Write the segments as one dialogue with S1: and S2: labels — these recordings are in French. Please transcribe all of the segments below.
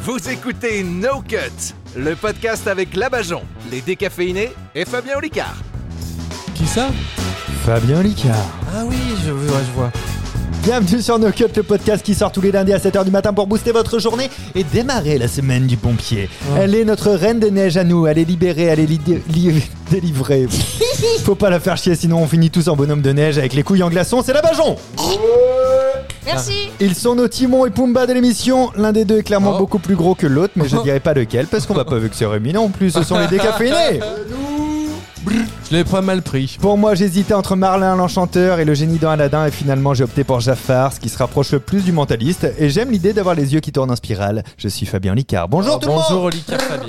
S1: Vous écoutez No Cut, le podcast avec Labajon, les décaféinés et Fabien Olicard.
S2: Qui ça
S3: Fabien Licard.
S2: Ah oui, je, vois, je vois.
S3: Bienvenue sur No Cut, le podcast qui sort tous les lundis à 7h du matin pour booster votre journée et démarrer la semaine du pompier.
S2: Ouais.
S3: Elle est notre reine des neiges à nous, elle est libérée, elle est li- li- délivrée. Faut pas la faire chier, sinon on finit tous en bonhomme de neige avec les couilles en glaçon, c'est la Bajon
S4: Merci.
S3: Ils sont nos Timon et Pumba de l'émission, l'un des deux est clairement
S2: Oh.
S3: beaucoup plus gros que l'autre, mais je dirais pas lequel, parce qu'on va pas vexer Rémi non plus, ce sont les décaféinés
S2: Je l'ai pas mal pris.
S3: Pour moi, j'hésitais entre Marlin l'enchanteur et le génie dans Aladdin, et finalement j'ai opté pour Jafar, ce qui se rapproche le plus du mentaliste. Et j'aime l'idée d'avoir les yeux qui tournent en spirale. Je suis Fabien Licard. Bonjour
S2: Alors,
S3: tout le
S2: bonjour
S3: monde.
S2: Olika Fabien.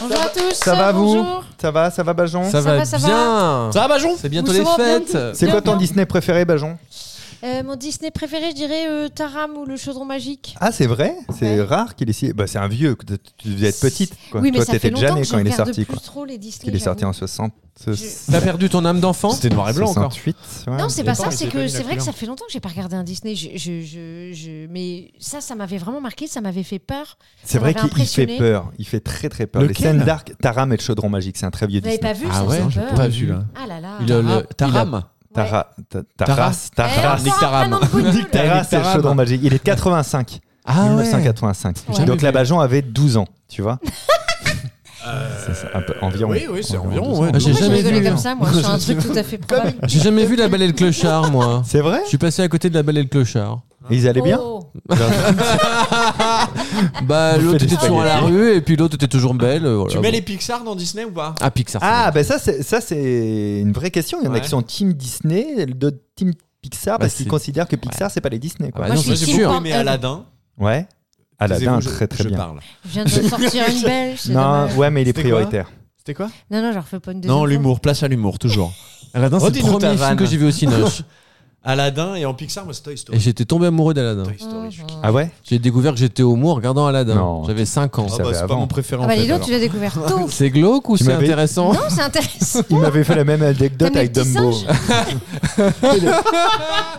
S4: Bonjour à tous.
S3: Ça va vous
S4: bonjour.
S3: Ça va, ça va Bajon
S2: Ça, va,
S4: va, ça va. Hein
S2: bien.
S5: Ça va, Bajon
S2: C'est bientôt
S4: Vous
S2: les
S4: ça va bien
S2: fêtes.
S3: C'est quoi ton
S4: Bien, bien.
S3: Disney préféré, Bajon
S4: Euh, mon Disney préféré, je dirais euh, Taram ou le chaudron magique.
S3: Ah, c'est vrai C'est
S4: Ouais.
S3: rare qu'il est si. Bah, c'est un vieux. Tu tu devais être petite. Quoi.
S4: Oui, mais
S3: Toi,
S4: ça fait
S3: t'étais déjà
S4: longtemps
S3: née
S4: que
S3: quand
S4: je
S3: il est
S4: regarde
S3: sorti.
S4: plus
S3: quoi.
S4: trop les Disney.
S3: Il est sorti en
S4: j'avoue.
S3: 60.
S2: T'as perdu ton âme d'enfant
S5: C'était noir et blanc encore.
S3: 68, ouais.
S4: Non, c'est pas ça.
S5: j'ai
S4: C'est
S5: pas
S4: que
S5: vu
S4: c'est
S5: la
S4: vrai que
S5: couleur.
S4: ça fait longtemps que j'ai pas regardé un Disney. Je, je, je, je- Mais ça, ça m'avait vraiment marqué. Ça m'avait fait peur.
S3: C'est vrai
S4: m'avait
S3: qu'il il fait
S4: impressionné.
S3: peur. Il fait très très peur. Les
S5: Lequel
S3: scènes d'arc, Taram et le chaudron magique, c'est un très vieux
S4: Vous l'avez
S3: Disney.
S4: pas vu
S5: Ah
S4: ça
S5: ouais,
S4: fait
S5: j'ai
S4: peur.
S5: pas vu, là.
S4: Ah là là.
S2: Il a le
S5: Ta
S2: Taram.
S5: rame.
S3: Ta,
S4: Ouais.
S3: ra- ta- ta
S5: Ta
S3: race, ta
S4: Eh, on
S3: race.
S5: Nick
S4: sort un
S5: Taram.
S4: nom de bonne
S5: Eh, Nick
S4: gueule.
S5: Taram.
S3: Terra, c'est le
S5: Taram.
S3: chaudron magique. Il est de 85.
S2: Ah
S3: 1985.
S4: Ouais. Jamais
S3: Donc
S2: vu.
S3: Labajon avait 12 ans, tu vois. Euh, C'est ça, un peu, environ.
S5: Oui, oui, c'est
S3: Environ
S5: environ.
S3: 12
S5: ouais.
S3: ans.
S2: Ah, j'ai
S4: Pourquoi je
S2: jamais
S4: rigolais
S2: vu.
S4: comme ça, moi. C'est un truc tout à fait probable.
S2: J'ai jamais vu la belle et le clochard, moi.
S3: C'est vrai
S2: Je suis passé à côté de la belle et le clochard.
S3: Et Ils allaient bien
S4: Oh.
S2: Bah,
S3: Vous
S2: l'autre
S3: faites
S2: était
S3: des
S2: toujours à la
S3: spaghettis.
S2: rue et puis l'autre était toujours belle. euh, voilà,
S5: Tu mets
S2: bon.
S5: les Pixar dans Disney ou pas
S2: Ah, Pixar.
S3: Ah, ben ça, c'est- ça, c'est une vraie question. Il y en a
S5: Ouais.
S3: qui sont Team Disney, d'autres Team Pixar,
S2: Bah,
S3: parce qu'ils
S2: c'est-
S3: considèrent que Pixar, c'est pas les Disney. Quoi.
S2: Ah bah non,
S4: Moi, je
S2: c'est
S4: suis
S2: sûr.
S4: sûr.
S5: Oui, mais Aladdin.
S3: Ouais. Aladdin,
S5: taisez-vous, je-
S3: très très
S5: je
S3: bien.
S5: parle.
S4: Je viens de sortir une belle. c'est
S3: Non,
S4: dommage.
S3: ouais, mais il est
S5: C'était quoi
S3: prioritaire.
S5: C'était quoi
S4: Non, non, je refais pas une deuxième.
S5: Non,
S4: fois.
S5: l'humour, place à l'humour, toujours.
S2: Aladdin, c'est le
S5: Redis-nous ta
S2: premier film
S5: vanne.
S2: que j'ai vu au Cinoche.
S5: Aladdin et en Pixar, moi, c'est Toy
S2: et
S5: Story.
S2: j'étais tombé amoureux d'Aladdin.
S5: Toy Story,
S4: Oh,
S5: je suis qui-
S3: Ah ouais
S2: J'ai découvert que j'étais homo en regardant Aladdin.
S3: Non.
S2: J'avais 5 ans.
S3: Tu
S5: Ah
S3: savais
S5: bah, c'est pas
S3: avant.
S5: mon préféré
S4: Ah
S5: en
S4: bah,
S5: fait.
S4: dis donc,
S5: alors.
S4: tu l'as découvert tôt.
S2: C'est glauque ou
S3: Tu
S2: c'est
S3: m'avais-
S2: intéressant
S4: Non, c'est intéressant.
S3: Il m'avait fait la même anecdote
S4: Comme les
S3: avec
S4: petits
S3: Dumbo. et, les...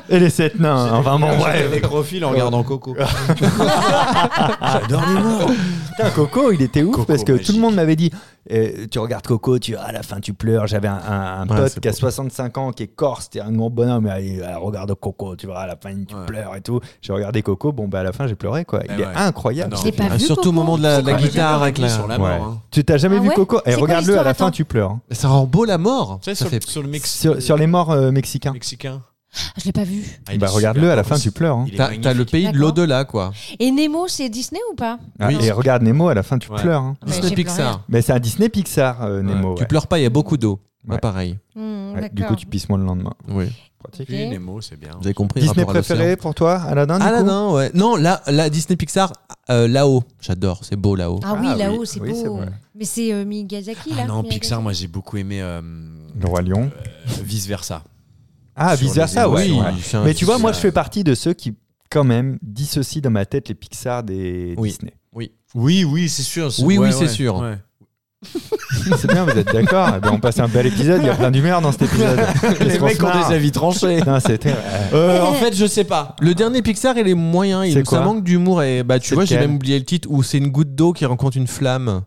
S3: et les sept nains, hein, vraiment,
S5: J'étais
S3: ouais.
S5: nécrophile en regardant Coco.
S3: J'adore l'humour. Putain, Coco, il était ouf
S5: Coco
S3: parce que tout
S5: magique.
S3: le monde m'avait dit eh, Tu regardes Coco, tu, à la fin tu pleures. J'avais un, un- un
S2: Ouais,
S3: pote
S2: c'est
S3: qui a
S2: beau.
S3: 65 ans, qui est corse, c'était un gros bonhomme. mais il- ah, regarde Coco, tu vois, à la fin tu
S5: Ouais.
S3: pleures et tout. J'ai regardé Coco, bon, bah à la fin j'ai pleuré quoi. Il
S5: Eh
S3: est
S5: ouais.
S3: incroyable.
S5: Ah non.
S4: Je l'ai pas
S2: Ah,
S4: vu.
S2: surtout au
S4: Coco.
S2: moment de la,
S4: C'est
S2: la
S4: quoi,
S2: guitare avec la.
S5: Sur la
S3: Ouais.
S5: mort. hein.
S3: Tu t'as jamais
S4: Ah
S3: vu
S4: ouais
S3: Coco Et
S4: C'est quoi
S3: regarde-le, à
S4: l'histoire,
S3: la fin
S4: attends
S3: tu pleures. hein.
S2: Ça rend beau la mort.
S5: Tu sais,
S2: Ça
S5: sur,
S2: fait-
S5: sur le Mex-
S3: Sur, sur les morts euh, mexicains.
S5: mexicain.
S4: Ah, Je l'ai pas vu.
S5: Ah, il
S3: bah
S5: est
S3: regarde-le,
S5: super
S3: à la
S5: beau,
S3: fin
S5: ce-
S3: tu pleures. hein.
S5: il est
S2: T'as t'as le
S5: magnifique.
S2: pays de
S4: D'accord.
S2: l'au-delà, quoi.
S4: Et Nemo, c'est Disney ou pas
S3: Ah,
S2: Oui.
S3: Et regarde Nemo, à la fin tu
S5: Ouais.
S3: pleures. hein.
S4: Ouais,
S2: Disney
S4: j'ai
S2: Pixar.
S3: Mais c'est un Disney Pixar, euh, Nemo.
S2: Tu
S3: ouais.
S2: pleures pas, il y a beaucoup d'eau. Pas
S3: Ouais.
S2: pareil.
S4: Hmm,
S3: Ouais,
S4: d'accord.
S3: Du coup, tu pisses moins le lendemain.
S2: Oui.
S3: Pratique.
S4: Ok.
S5: Oui, Nemo, c'est bien.
S2: Vous avez compris.
S3: Disney
S2: rapport à l'océan.
S3: préféré pour toi, Aladdin du coup
S2: Aladdin, ouais. Ah, Non, là, là, Disney Pixar, euh, là-haut. J'adore, c'est beau là-haut.
S4: Ah oui,
S3: Ah oui,
S4: là-haut, c'est
S3: oui, c'est
S4: beau.
S3: vrai.
S4: Mais c'est euh, Miyazaki, là.
S5: Ah non,
S4: Miyazaki.
S5: Pixar, moi j'ai beaucoup aimé euh,
S3: Le Roi Lion.
S5: Vice Versa.
S3: Ah,
S5: Sur
S3: vice versa,
S5: les-
S3: ouais.
S2: oui,
S3: ouais.
S2: c'est un-
S3: Mais tu vois,
S5: c'est
S3: moi,
S5: ça.
S3: je fais partie de ceux qui, quand même, dissocient dans ma tête les Pixar des
S2: Oui.
S3: Disney.
S5: Oui, oui, c'est sûr. c'est-
S2: Oui, oui,
S5: ouais,
S2: c'est
S5: ouais,
S2: sûr.
S5: ouais.
S3: C'est bien, vous êtes d'accord Eh ben, On passe un bel épisode, il y a plein d'humeur dans cet épisode.
S5: Les mecs ont des avis tranchés.
S3: Non, c'était.
S5: Euh, en fait, je sais pas.
S2: Le dernier Pixar, il est moyen. Il,
S3: C'est quoi
S2: ça manque d'humour. Et bah, tu
S3: C'est
S2: vois, j'ai
S3: lequel
S2: même oublié le titre où c'est une goutte d'eau qui rencontre une flamme.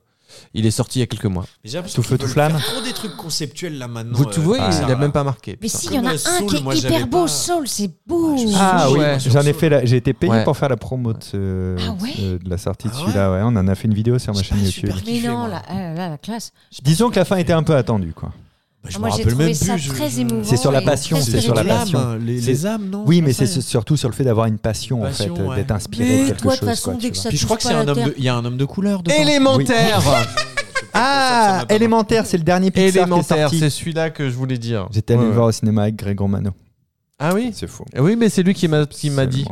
S2: Il est sorti il y a quelques mois.
S5: Mais j'ai l'impression
S3: Tout feu,
S5: qu'ils
S3: tout
S5: veulent
S3: flamme.
S5: faire Trop des trucs conceptuels là maintenant.
S2: Vous trouvez
S5: euh,
S2: Il
S5: Pixar,
S2: a
S5: là.
S2: même pas marqué.
S4: Mais
S2: putain.
S4: si, il y en a
S5: Comme,
S4: un
S5: euh, Soul,
S4: qui est
S5: moi, j'avais
S4: hyper beau.
S5: pas.
S4: Soul, c'est beau.
S5: Ah, je-
S3: Ah oui,
S2: Ouais.
S3: j'en ai fait. La... J'ai été payé
S2: Ouais.
S3: pour faire la promo de, ce-
S4: Ah ouais
S3: de- de la sortie de
S5: Ah ouais
S3: celui-là. Ouais, on en a fait une vidéo sur ma
S5: J'ai
S3: chaîne
S5: pas
S3: YouTube.
S5: super-
S4: Mais
S5: kiffé,
S4: non,
S5: moi.
S4: là, euh, là, la classe.
S3: Disons que la fin était un peu attendue, quoi.
S5: Bah, je
S4: Ah,
S5: me
S4: moi, j'ai
S5: rappelle
S4: trouvé
S5: même
S4: ça
S5: plus, je-
S4: très
S5: je-
S4: émouvant.
S3: C'est sur la
S4: et
S3: passion,
S4: très
S3: c'est sur la
S4: spirituel.
S3: passion.
S5: L'âme, Les,
S3: C'est-
S5: les âmes, non
S3: Oui,
S5: pas
S3: mais
S5: ça
S3: c'est surtout sur le fait d'avoir une passion, en
S5: Une
S3: fait,
S5: passion,
S3: euh, d'être
S5: ouais.
S3: inspiré
S2: Mais
S3: de quelque
S4: toi, de
S3: chose.
S4: façon,
S3: quoi,
S4: dès
S3: tu
S4: que
S3: vois.
S4: ça
S5: Puis je crois que
S4: touche
S5: c'est
S4: pas
S5: un
S4: la
S5: homme de.
S4: terre.
S5: Il y a un homme de couleur dedans.
S2: Élémentaire
S5: Ça, ça
S3: Ah,
S5: m'a pas
S3: élémentaire, c'est le dernier Pixar qui est
S2: Élémentaire,
S3: sorti.
S2: c'est celui-là que je voulais dire.
S3: J'étais allé
S2: Ouais,
S3: le
S2: ouais.
S3: voir au cinéma avec Grégor Mano.
S2: Ah oui
S3: C'est faux.
S2: Ah Oui, mais c'est lui qui m'a qui m'a dit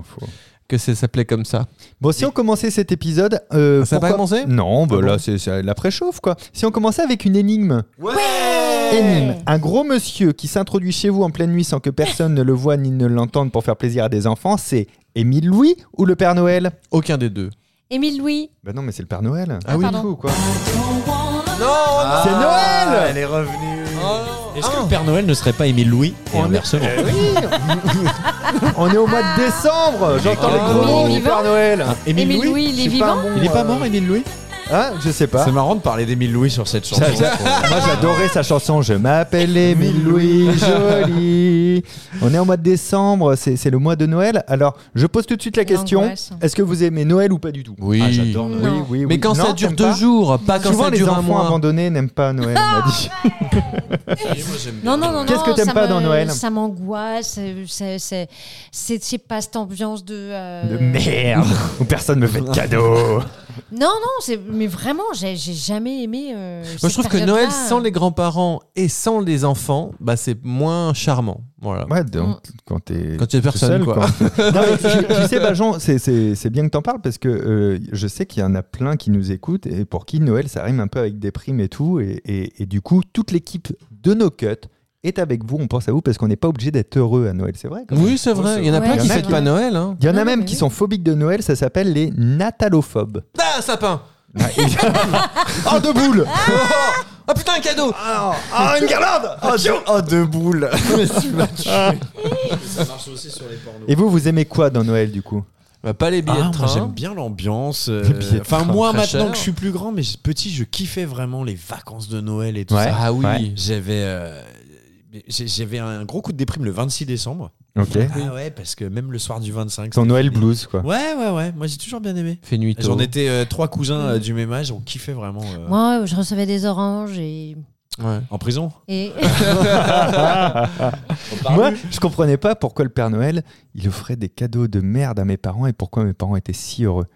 S2: que ça s'appelait comme ça.
S3: Bon, si on commençait cet épisode. euh,
S2: Ça a pas
S3: pourquoi-
S2: commencé
S3: Non, bah
S2: Ah bon
S3: là, c'est- c'est la préchauffe, quoi. Si on commençait avec une énigme.
S5: Ouais
S3: Énigme. Un gros monsieur qui s'introduit chez vous en pleine nuit sans que personne ne le voie ni ne l'entende pour faire plaisir à des enfants, c'est Émile Louis ou le Père Noël
S2: Aucun des deux.
S4: Émile Louis.
S3: Bah non, mais c'est le Père Noël.
S4: Ah oui.
S3: du coup, quoi.
S2: Non
S3: C'est Noël
S5: Elle est revenue.
S2: Oh
S5: Est-ce que le Père Noël ne serait pas Émile Louis et
S3: On est-
S5: inversement
S3: Oui On est au mois de décembre J'entends
S5: Ah,
S3: les gros
S5: il
S3: mots
S5: est
S3: du
S4: vivant
S3: Père Noël
S4: Émile Louis, il
S3: Je
S4: est
S3: suis pas un
S4: vivant
S3: bon,
S5: Il est pas
S3: euh,
S5: mort, Émile Louis
S3: Hein Je sais pas.
S5: C'est marrant de parler d'Émile Louis sur cette chanson.
S3: Ça- ça- Moi j'adorais sa chanson Je m'appelle Émile Louis Joly. On est en mois de décembre, c'est c'est le mois de Noël. Alors je pose tout de suite la question
S4: L'angoisse.
S3: est-ce que vous aimez Noël ou pas du tout
S2: Oui.
S5: Ah, j'adore
S4: Non.
S5: Noël.
S3: oui,
S2: Mais quand
S3: Non,
S2: ça dure
S3: t'aimes
S2: deux
S3: pas
S2: jours, pas quand
S3: Souvent
S2: ça
S3: les
S2: dure un
S3: enfants
S2: mois.
S3: abandonnés n'aiment pas Noël, on m'a dit.
S4: Non, non, non,
S3: Qu'est-ce que
S4: non,
S3: t'aimes
S4: ça
S3: pas
S4: me-
S3: dans Noël
S4: Ça m'angoisse. euh, c'est- C'est, c'est- je sais pas, cette ambiance de.
S2: Ah
S4: euh,
S3: De merde où personne me fait de cadeau.
S4: Non, non, c'est, mais vraiment, j'ai, j'ai jamais aimé. euh,
S2: Moi,
S4: cette
S2: je trouve que
S4: période-là.
S2: Noël sans les grands-parents et sans les enfants, bah, c'est moins charmant. Voilà.
S3: Ouais, donc quand t'es
S2: Quand il y a
S3: tout
S2: personne,
S3: seul,
S2: quoi.
S3: quoi. Non, mais tu, tu sais, Bajon, c'est- c'est c'est bien que t'en parles parce que euh, je sais qu'il y en a plein qui nous écoutent et pour qui Noël, ça rime un peu avec des primes et tout. Et, et- et du coup, toute l'équipe de No Cut est avec vous. On pense à vous parce qu'on n'est pas obligé d'être heureux à Noël, c'est vrai. quand même.
S2: Oui, c'est vrai. Il y en a
S4: Ouais,
S2: plein
S3: il y
S2: qui
S3: en a
S2: fêtent
S3: qui-
S2: pas Noël. Hein.
S3: Il y en a
S4: Non,
S3: même
S4: mais
S3: qui
S4: oui.
S3: sont phobiques de Noël, ça s'appelle les natalophobes.
S2: Ah, un sapin
S3: Oh, deux boules
S2: Oh putain, un cadeau
S3: Ah, une guirlande oh, deux boules
S5: Ça marche aussi sur les pornos.
S3: Et vous, vous aimez quoi dans Noël du coup
S2: bah, Pas les billets
S5: Ah,
S2: de
S5: moi
S2: train.
S5: j'aime bien l'ambiance. euh,
S3: Les billets de
S5: Enfin,
S3: train
S5: moi
S2: très
S5: maintenant
S2: cher.
S5: que je suis plus grand, mais petit, je kiffais vraiment les vacances de Noël et tout
S3: Ouais.
S5: ça.
S2: Ah oui.
S3: Ouais.
S5: J'avais. euh, j'ai- J'avais un gros coup de déprime le 26 décembre.
S3: Ok.
S5: Ah ouais, parce que même le soir du 25.
S3: Son
S5: c'était-
S3: Eh Noël blues, quoi.
S5: Ouais, ouais, ouais. Moi j'ai toujours bien aimé.
S2: Fait nuit tôt.
S5: J'en étais euh, trois cousins euh, du même âge, on kiffait vraiment. euh,
S4: Mm. Moi, je recevais des oranges et.
S2: Ouais.
S5: En prison
S4: et-
S3: Moi, je comprenais pas pourquoi le Père Noël, il offrait des cadeaux de merde à mes parents et pourquoi mes parents étaient si heureux.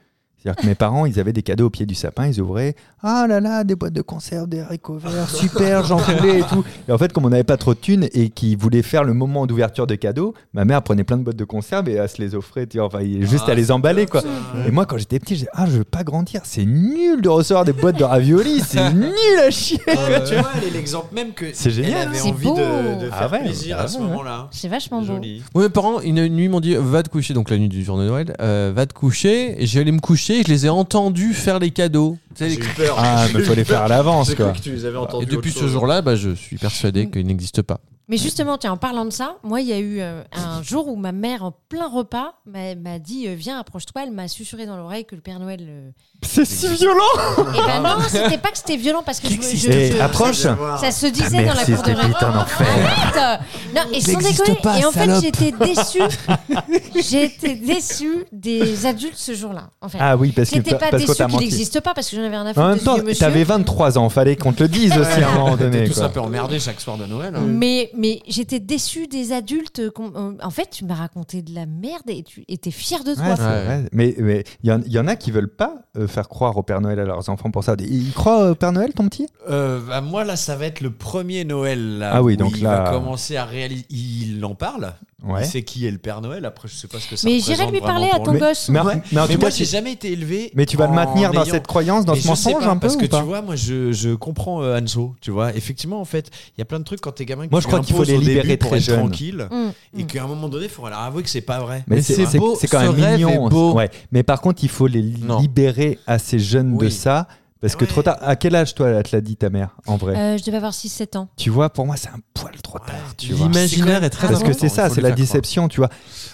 S3: C'est-à-dire que mes parents, ils avaient des cadeaux au pied du sapin, ils ouvraient Ah là là, des boîtes de conserve, des haricots verts, super, j'en voulais et tout. Et en fait, comme on n'avait pas trop de thunes et qu'ils voulaient faire le moment d'ouverture de cadeaux, ma mère prenait plein de boîtes de conserve et elle se les offrait, tu vois, enfin, il- juste à les emballer, quoi. Et moi, quand j'étais petit, je disais Ah, je veux pas grandir, c'est nul de recevoir des boîtes de raviolis, c'est nul à chier.
S5: tu vois, elle est Euh, l'exemple même que.
S3: C'est génial. hein.
S5: Elle avait
S4: C'est
S5: envie
S4: beau.
S5: de, de faire
S3: Ah ouais,
S5: plaisir
S3: bah
S5: à ce
S3: ouais, ouais.
S5: moment-là.
S4: C'est vachement beau.
S5: Joli.
S2: Ouais, mes parents, une, une nuit, m'ont dit Va te coucher, donc la nuit du jour de Noël, euh, va te coucher. Et j'allais me coucher et je les ai entendus faire les cadeaux. Tu sais, les-
S5: J'ai eu peur.
S3: Ah, mais faut les faire à l'avance,
S5: J'ai cru
S3: quoi.
S5: que tu les avais entendus
S2: Et depuis
S5: autre
S2: ce
S5: chose.
S2: jour-là, bah, je suis persuadé qu'il n'existe pas.
S4: Mais justement, tiens, en parlant de ça, moi, il y a eu euh, un jour où ma mère, en plein repas, m'a, m'a dit euh, Viens, approche-toi. Elle m'a susurré dans l'oreille que le Père Noël. euh,
S3: C'est si violent
S4: Eh ben non,
S2: Ah.
S4: c'était pas que c'était violent parce que je, me- je-
S3: Eh,
S4: je-
S3: approche
S4: ça se disait
S2: Ah,
S3: mère,
S4: dans la
S3: c'est
S4: cour de
S3: des
S4: récré.
S3: putains d'enfer.
S4: Arrête Non, et sans
S2: N'existe
S4: déconner,
S2: pas,
S4: et en fait,
S2: salope.
S4: j'étais déçue. j'étais déçue des adultes ce jour-là. En fait,
S3: Ah oui, parce que
S4: j'étais pas
S3: parce que
S4: déçue
S3: t'as
S4: qu'il
S3: menti.
S4: n'existe pas parce que j'en avais rien à foutre
S3: En
S4: de
S3: même
S4: ce
S3: temps,
S4: vieux monsieur.
S3: t'avais 23 ans, fallait qu'on te le dise aussi à un moment donné.
S5: Tout
S3: quoi.
S5: ça peut emmerder chaque soir de Noël. hein.
S4: Mais, mais j'étais déçue des adultes. qu'on- euh, En fait, tu m'as raconté de la merde et tu étais fière de toi.
S3: Ouais, c'est vrai. Mais il mais, il y, en- il y en a qui veulent pas euh, faire croire au Père Noël à leurs enfants pour ça. Ils croient au Père Noël, ton petit
S5: Euh, bah, moi, là, ça va être le premier Noël. Là,
S3: Ah oui,
S5: où
S3: donc
S5: il
S3: là-
S5: va commencer à réaliser. Il en parle. Il sait qui est le Père Noël. Après, je sais pas ce que ça
S4: mais
S5: représente
S4: j'irai lui
S5: vraiment
S4: parler à
S5: pour
S4: ton
S5: lui.
S3: Mais,
S4: gosse.
S3: mais en-
S5: Ouais.
S3: mais en
S5: Mais
S3: tout
S5: moi,
S3: cas,
S5: j'ai
S3: tu,
S5: jamais été élevé.
S3: mais tu vas le
S5: en
S3: maintenir dans
S5: ayant-
S3: cette croyance, dans
S5: Mais
S3: ce
S5: je sais
S3: mensonge
S5: pas,
S3: un peu
S5: Parce que
S3: ou pas
S5: tu vois, moi, je, je comprends euh, Anso. Tu vois, effectivement, en fait, il y a plein de trucs quand t'es gamin.
S3: Moi, je crois qu'il faut les libérer
S5: pour
S3: très
S5: être
S3: jeune.
S5: tranquille.
S4: Mm.
S5: Et qu'à un moment donné, il faut leur avouer que c'est pas vrai.
S3: Mais
S2: Mais
S3: c'est
S2: c'est
S3: c'est-
S2: beau,
S3: c'est quand
S2: ce
S3: même
S2: rêve
S3: mignon.
S2: est beau.
S3: Ouais. Mais par contre, il faut les li-
S2: Non.
S3: libérer assez jeunes de
S5: Oui.
S3: ça. Parce que
S5: Ouais.
S3: trop tard. À quel âge, toi, elle te l'a dit ta mère, en vrai
S4: Euh, je devais avoir 6-7 ans.
S3: Tu vois, pour moi, c'est un poil trop tard. tu vois.
S2: L'imaginaire est très
S3: Parce que
S5: hein.
S2: important,
S3: c'est
S2: il
S3: ça,
S2: faut
S3: c'est
S2: lui
S3: la
S2: faire croire.
S3: déception, tu vois.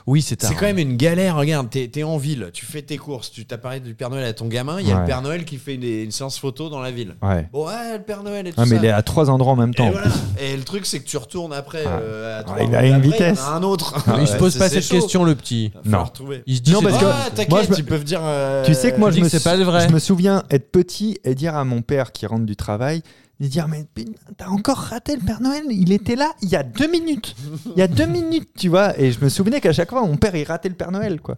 S2: Oui, c'est tard.
S5: C'est quand même une galère, regarde, t'es t'es en ville, tu fais tes courses, tu t'apparais du Père Noël à ton gamin, il y a
S3: Ouais.
S5: le Père Noël qui fait une, une séance photo dans la ville.
S3: Ouais.
S5: Bon, ouais, le Père Noël et tout
S3: Ah, mais
S5: ça.
S3: il est à trois endroits en même temps.
S5: et,
S3: en
S5: voilà.
S3: plus.
S5: Et le truc, c'est que tu retournes après.
S3: Ah.
S5: euh, à trois
S3: il a
S5: minutes
S3: une
S5: après,
S3: vitesse. Ah,
S5: il y en a un autre.
S2: Mais il Ah, se pose pas
S5: C'est
S2: cette
S5: chaud.
S2: question, le petit.
S5: Il va
S3: Non.
S5: falloir retrouver.
S2: Il se dit
S3: Non,
S2: c'est
S3: parce
S2: pas-
S3: que-
S5: Ah,
S3: moi, je
S5: t'inquiète,
S3: me-
S5: ils peuvent dire. euh,
S3: Tu sais que moi,
S2: Tu
S3: je
S2: dis
S3: me,
S2: que c'est
S3: sou-
S2: pas le vrai.
S3: je me souviens être petit et dire à mon père qui rentre du travail, de dire mais putain, t'as encore raté le Père Noël, il était là il y a deux minutes, il y a deux minutes, tu vois. Et je me souvenais qu'à chaque fois mon père il ratait le Père Noël quoi.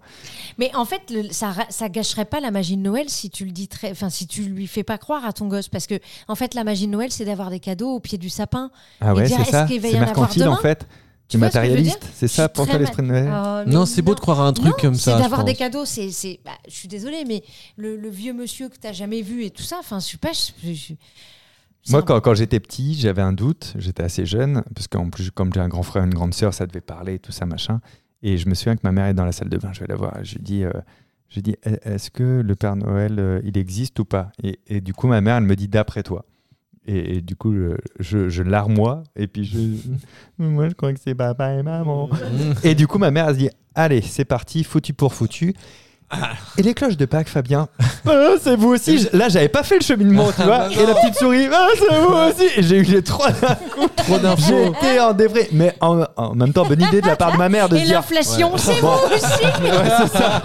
S4: Mais en fait, le- ça, ra- ça gâcherait pas la magie de Noël si tu le dis très, enfin si tu lui fais pas croire à ton gosse, parce que en fait, la magie de Noël, c'est d'avoir des cadeaux au pied du sapin.
S3: Ah
S4: Et ouais, dire, c'est est-ce ça, qu'il va y c'est en avoir mercantile, demain en
S3: fait,
S4: Tu vois ce que je veux matérialiste, dire
S3: c'est
S4: ça, Je suis pour toi, très l'esprit
S3: de Noël.
S4: Euh, mais
S2: Non, c'est beau de croire à un truc
S4: Non,
S2: comme ça.
S4: C'est
S2: je
S4: d'avoir des
S2: pense.
S4: cadeaux. C'est, c'est, bah, je suis désolée, mais le, le vieux monsieur que t'as jamais vu et tout ça. Enfin, je sais pas. je- je- je- c'est
S3: Moi,
S4: un-
S3: quand, quand j'étais petit, j'avais un doute. J'étais assez jeune, parce qu'en plus, comme j'ai un grand frère et une grande sœur, ça devait parler, tout ça, machin. Et je me souviens que ma mère est dans la salle de bain. Je vais la voir. Je lui dis, euh, je lui dis «E, est- est-ce que le Père Noël, euh, il existe ou pas et, et du coup, ma mère, elle me dit, d'après toi. Et, et du coup, je, je, je larmoie. Et puis, je, moi, je crois que c'est papa et maman. et du coup, ma mère, elle se dit Allez, c'est parti, foutu pour foutu. Et les cloches de Pâques, Fabien Ah, C'est vous aussi Ah, bah Je- Là, j'avais pas fait le cheminement, tu vois. Et la petite souris Ah, C'est vous aussi Et J'ai eu les trois d'un coup.
S2: Trop
S3: J'ai
S2: d'infos.
S3: été en débré. Mais en, en même temps, bonne idée de la part de ma mère de
S4: Et
S3: se dire
S4: l'inflation, c'est vous aussi
S3: Ouais, c'est ça.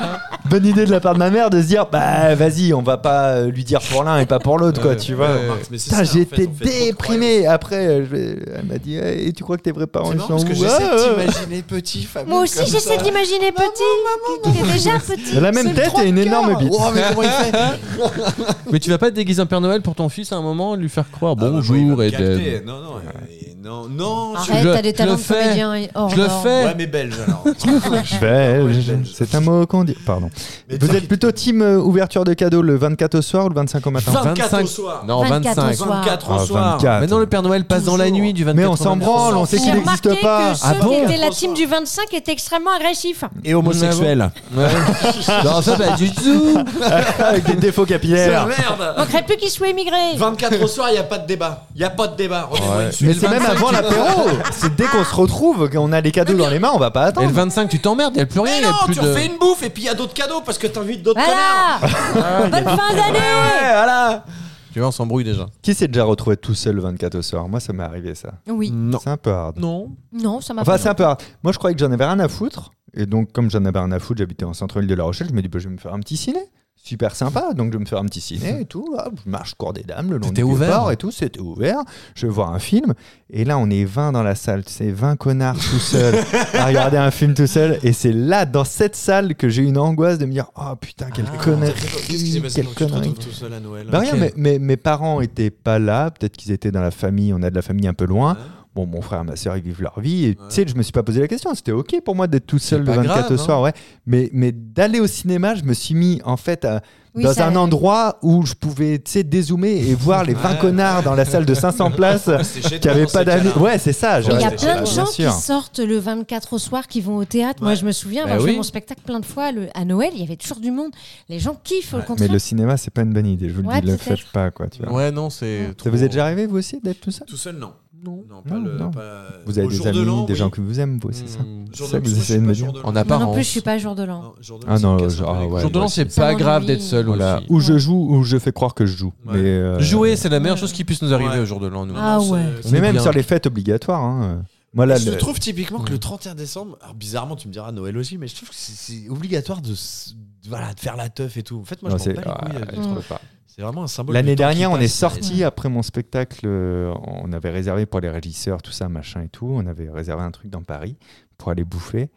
S3: Bonne idée de la part de ma mère de se dire bah vas-y, on va pas euh, lui dire pour l'un et pas pour l'autre quoi, tu vois. euh,
S2: ouais.
S5: mais c'est
S3: Putain,
S5: ça, en fait,
S3: j'étais
S5: on fait trop de
S3: déprimé. Après, euh, je vais- elle m'a dit eh, et tu crois que tes vrais parents
S5: croyances. C'est
S3: ils sont
S5: marrant parce que
S3: où
S5: j'essaie
S3: Ah,
S5: de
S3: ah, ah.
S5: t'imaginer petit, Fabien.
S4: Moi aussi, j'essaie de l'imaginer petit. Il est déjà petit.
S3: La même tête et une énorme bite.
S5: Oh, mais comment il fait
S2: Mais tu vas pas te déguiser en Père Noël pour ton fils à un moment, lui faire croire
S5: Ah, bah, moi, il va
S2: bonjour
S5: me
S2: et
S5: capter. Non, non, euh, non, non, je-
S4: Arrête,
S2: Je-
S4: t'as des talents de
S2: je le fais.
S4: comédien et-
S3: Oh,
S4: hors
S2: Je le
S4: norme.
S2: fais.
S5: Ouais, mais belge alors.
S3: Belge,
S5: Ouais, belge.
S3: c'est un mot qu'on dit. Pardon.
S5: Mais
S3: Vous
S5: toi,
S3: êtes plutôt team euh, ouverture de cadeaux le 24 au soir ou le 25 au matin
S5: 24 au soir.
S2: Non,
S4: 24
S2: 25.
S4: au soir.
S5: 24
S3: Ah,
S5: au soir.
S3: 24.
S2: Mais non, le Père Noël passe dans la
S5: Toujours.
S2: nuit du 24
S3: Mais on
S2: au
S3: s'en
S2: 25.
S3: branle, on sait
S4: J'ai
S3: qu'il
S4: remarqué
S3: n'existe pas. Ah.
S4: que ceux
S2: Ah bon
S4: qui étaient la team du 25 étaient extrêmement agressifs.
S5: Et
S2: homosexuel. Ouais. non, ça pas du tout.
S3: Ah, Avec des défauts capillaires.
S5: Merde
S4: Manquerait plus qu'ils soient émigrés.
S5: 24 au soir, il n'y a pas de débat. Il n'y a pas de débat. Remets-moi une
S3: Mais
S5: suite.
S3: c'est même avant l'apéro. C'est dès qu'on se retrouve, qu'on a les cadeaux dans les mains, on va pas
S2: Et le
S3: attendre.
S2: 25, tu t'emmerdes, il a plus rien.
S5: Mais
S2: y a
S5: non,
S2: plus
S5: tu
S2: de...
S5: refais une bouffe et puis il y a d'autres cadeaux parce que t'invites d'autres connards. Ah
S4: Voilà Bonne fin d'année
S5: Ouais, voilà.
S2: Tu vois, on s'embrouille déjà.
S3: Qui s'est déjà retrouvé tout seul le 24 au soir Moi, ça m'est arrivé ça.
S4: Oui.
S3: C'est un peu hard.
S2: Non.
S4: Non, ça m'a
S3: Enfin,
S4: pas.
S3: c'est un peu hard. Moi, je croyais que j'en avais rien à foutre. Et donc, comme j'en avais rien à foutre, j'habitais en centre-ville de La Rochelle. Je me dis, bah, je vais me faire un petit ciné. Super sympa. Donc, je vais me faire un petit ciné et tout. Hop, je marche, cours des dames, le long
S2: C'était
S3: du
S2: ouvert.
S3: boulevard et tout. C'était ouvert. Je vais voir un film. Et là, on est 20 dans la salle. C'est 20 connards tout seuls à regarder un film tout seul. Et c'est là, dans cette salle, que j'ai eu une angoisse de me dire, oh putain, quelle connerie.
S5: Ah, Qu'est-ce qui s'est
S3: quelle
S5: passé donc Tu te
S3: connerie.
S5: retrouves tout seul à Noël.
S3: Bah rien,
S2: Ok.
S3: mais, mais mes parents étaient pas là, peut-être qu'ils étaient dans la famille, on a de la famille un peu loin.
S5: Ouais.
S3: Bon, mon frère et ma soeur, ils vivent leur vie. Et, Tu
S5: Ouais.
S3: sais, je me suis pas posé la question, c'était ok pour moi d'être tout seul le
S2: pas
S3: 24
S2: grave,
S3: au
S5: hein.
S3: soir, ouais. Mais, mais d'aller au cinéma, je me suis mis en fait à-
S4: Oui,
S3: dans
S4: ça-
S3: un endroit où je pouvais, tu sais, dézoomer et voir les 20
S5: Ouais.
S3: connards dans la salle de 500 places
S5: C'était chez
S3: qui
S5: toi,
S3: avaient
S5: dans
S3: pas
S5: ces
S3: d'amis.
S5: cas-là.
S3: Ouais, c'est ça.
S4: Mais
S3: j'aurais
S4: Il y a
S3: été
S4: plein
S3: là,
S4: de
S3: bien
S4: gens
S3: sûr.
S4: qui sortent le 24 au soir, qui vont au théâtre. Moi,
S5: Ouais.
S4: je me souviens,
S2: Bah
S4: avoir
S2: oui.
S4: fait mon spectacle plein de fois le- à Noël, il y avait toujours du monde. Les gens kiffent, au
S3: Mais
S4: contraire.
S3: le cinéma, c'est pas une bonne idée, je vous le
S4: Ouais,
S3: dis, le
S4: peut-être.
S3: faites pas, quoi, tu vois.
S2: Ouais, non, c'est.
S3: Ça vous est déjà arrivé, vous aussi, d'être tout seul
S5: Tout seul, non.
S2: Non.
S5: Non, pas
S3: Non,
S5: le.
S3: non.
S5: pas-
S3: Vous avez
S5: au
S3: des
S5: jour de l'an,
S3: amis, des
S5: oui. Mmh.
S3: gens que vous aimez, vous, c'est ça
S2: Hmm.
S5: Jour de
S3: Ça,
S5: l'an,
S3: vous
S5: moi, je
S3: essayez
S5: suis
S3: de me
S5: pas
S3: dire.
S5: jour de l'an.
S2: En
S4: Moi
S2: apparence.
S4: non plus, je suis pas jour de l'an.
S5: Non, jour de l'an,
S3: Ah
S5: ça
S3: non,
S5: me casse un
S3: genre,
S5: peu les
S3: ouais,
S5: couilles.
S2: Jour de l'an,
S3: moi,
S2: c'est
S4: ça
S2: pas
S4: m'ennuie.
S2: grave d'être seul
S3: Voilà.
S2: aussi.
S3: Ou je joue ou je fais croire que je joue.
S5: Ouais.
S3: Mais, euh,
S2: Jouer, c'est la meilleure chose qui puisse nous arriver au jour de l'an. nous.
S4: Ah
S5: Non,
S4: ouais.
S5: c'est-
S2: On
S3: mais
S2: est
S3: même
S2: bien.
S3: sur les fêtes obligatoires. hein. Moi, là,
S5: je
S3: le-
S5: trouve typiquement que le 31 décembre, alors bizarrement tu me diras Noël aussi, mais je trouve que c'est- c'est obligatoire de, s- de- voilà, de faire la teuf et tout. En fait, moi
S3: Non,
S5: je
S3: c'est-
S5: m'en bats les couilles,
S3: ah,
S5: euh,
S3: je
S5: du
S3: trouve
S5: truc.
S3: pas.
S5: C'est vraiment un symbole.
S3: L'année
S5: Le temps qui
S3: dernière, on
S5: passe,
S3: est
S5: c'est-
S3: sorti après mon spectacle. euh, On avait réservé pour les régisseurs, tout ça, machin et tout. On avait réservé un truc dans Paris pour aller bouffer.